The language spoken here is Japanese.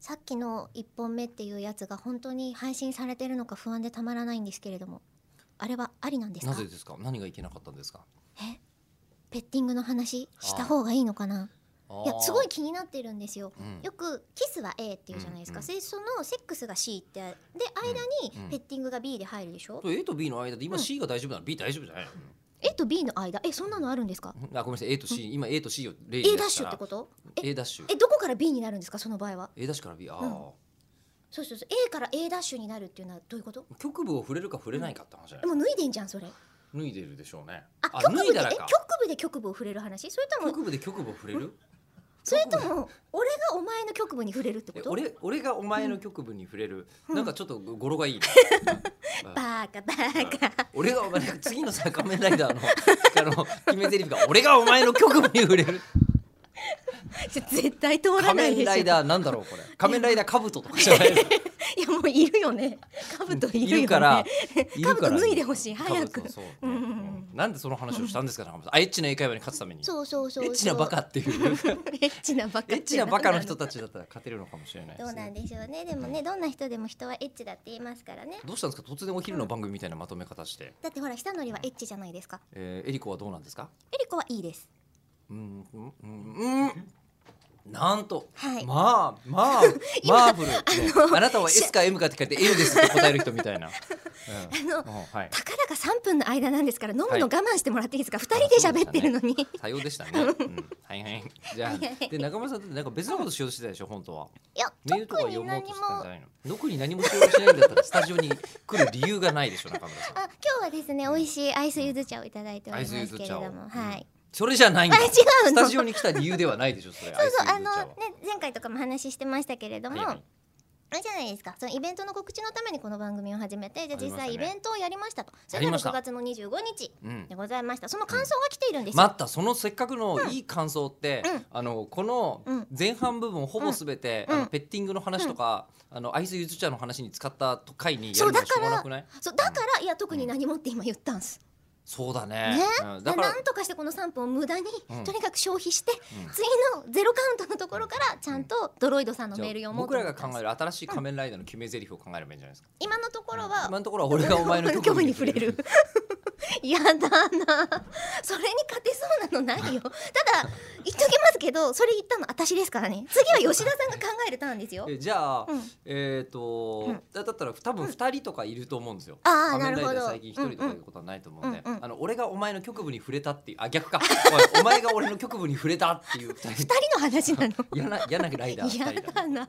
さっきの1本目っていうやつが本当に配信されてるのか不安でたまらないんですけれどもあれはありなんですなかぜですか何がいけなかったんですかえペッティングの話した方がいいのかないやすごい、気になってるんですよあーうんよくキスは A っていうじゃないですか、うんでそのセックスが C ってで間うんうんにペッティングが B で入るでしょ、と A と B の間で今うん C が大丈夫なら B 大丈夫じゃないの、 A と B の間えそんなのあるんですかうんあごめんなさい A と C 今 A と C を例 A ダッシュってことと A ダッシュえどこから B になるんですかその場合は A ダッシュから B ああ、そうそうそう A から A ダッシュになるっていうのはどういうこと局部を触れるか触れないかって話じゃなえい、もう脱いでんじゃんそれ脱いでるでしょうねあ局脱部いでだえら局か部で局部を触れる話それとも局部で局部を触れるそれとも俺がお前の局部に触れるってこえと俺俺がお前の局部に触れる、うんなんかちょっと語呂が いいね、バーカバーカ俺がお前の次のさ仮面ライダーのあの決め台詞が俺がお前の局部に触 れる絶対通ら仮ないで面しょライいダーなんだろうこれ仮面ライダーカブトとかじゃないのやもういるよねカブトいるよねいるからいるから兜脱いでほしい早く兜そうねうんうんうんうんなんでその話をしたんですか中村さんあエッチな英会話に勝つためにそうそうそうそうエッチなバカっていう エッチなバカってエッチなバカの人とたちだったら勝てるのかもしれないでどうすなんねでしょうねでもねどんな人でも人はエッチだって言いますからねどうしたんですか突然お昼の番組みたいなまとめ方して、だってほら久典はエッチじゃないですかえー、エリコはどうなんですかエリコはいいですうんうんうんうんなんとはいまあ まあマーブル、ねあなたは S か M かって書いて L ですって答える人み たいな、うんあのうんはいたかだか3分の間なんですから飲むはいの我慢してもらっていいですか、二2人で喋ってるのに、多様で したね、うん、はいはいじゃはいはあいで中村さんってなんか別のことしようとして たでしょ本当はいやメールとか特に読もう何ともしてないの特に何もしようとしないんだったらスタジオに来る理由がないでしょ中村さんあ今日はですね美味しいアイスゆず茶をいただいておりますけれどアイスゆず茶をうもんはい、それじゃないんあだ違うスのタジオに来た理由ではないでしょそれそうそうアイあスユのーズね前回とかも話してましたけれども、茶ははいはいあれじゃないですかそのイベントの告知のためにこの番組を始めてじゃああり実ました際ねイベントをやりましたとそやれりがました6月の25日うんでございましたその感想が来ているんですよ、待ったそのせっかくのいい感想って、うんあのこのうん前半部分ほぼすべて、うんあのペッティングの話とか、あのアイスゆず茶の話に使った回にやそうるのだはしかょうがならくないそうだからいや特に何もって今言ったんです、そうだねねうん、だだかかららなんとかしてこの3分を無駄に、うんとにかく消費して、うん次のゼロカウントのところからちゃんとドロイドさんのじゃあメール読もう僕とら思がったん考ですえる新しい仮面ライダーの決め台詞を考えればいいんじゃないですか、今のところは、今のところは俺がお前の 興曲味にに触触れれるるやだなそれに勝てそうなのないよただ言っときますけどそれ言ったの私ですからね次は吉田さんが考えるターンですよえじゃあ、うんえっ、と、うんだだったら多分2人とかいると思うんですよ、ああ仮な面るラほイダーど最近一人とかういんううんことはないと思うんで、うんうんあの俺がお前の局部に触れたっていうあ 逆かおいお前が俺の局部に触れたっていう2人 二人の話なの嫌な嫌なライダー2人だ嫌だな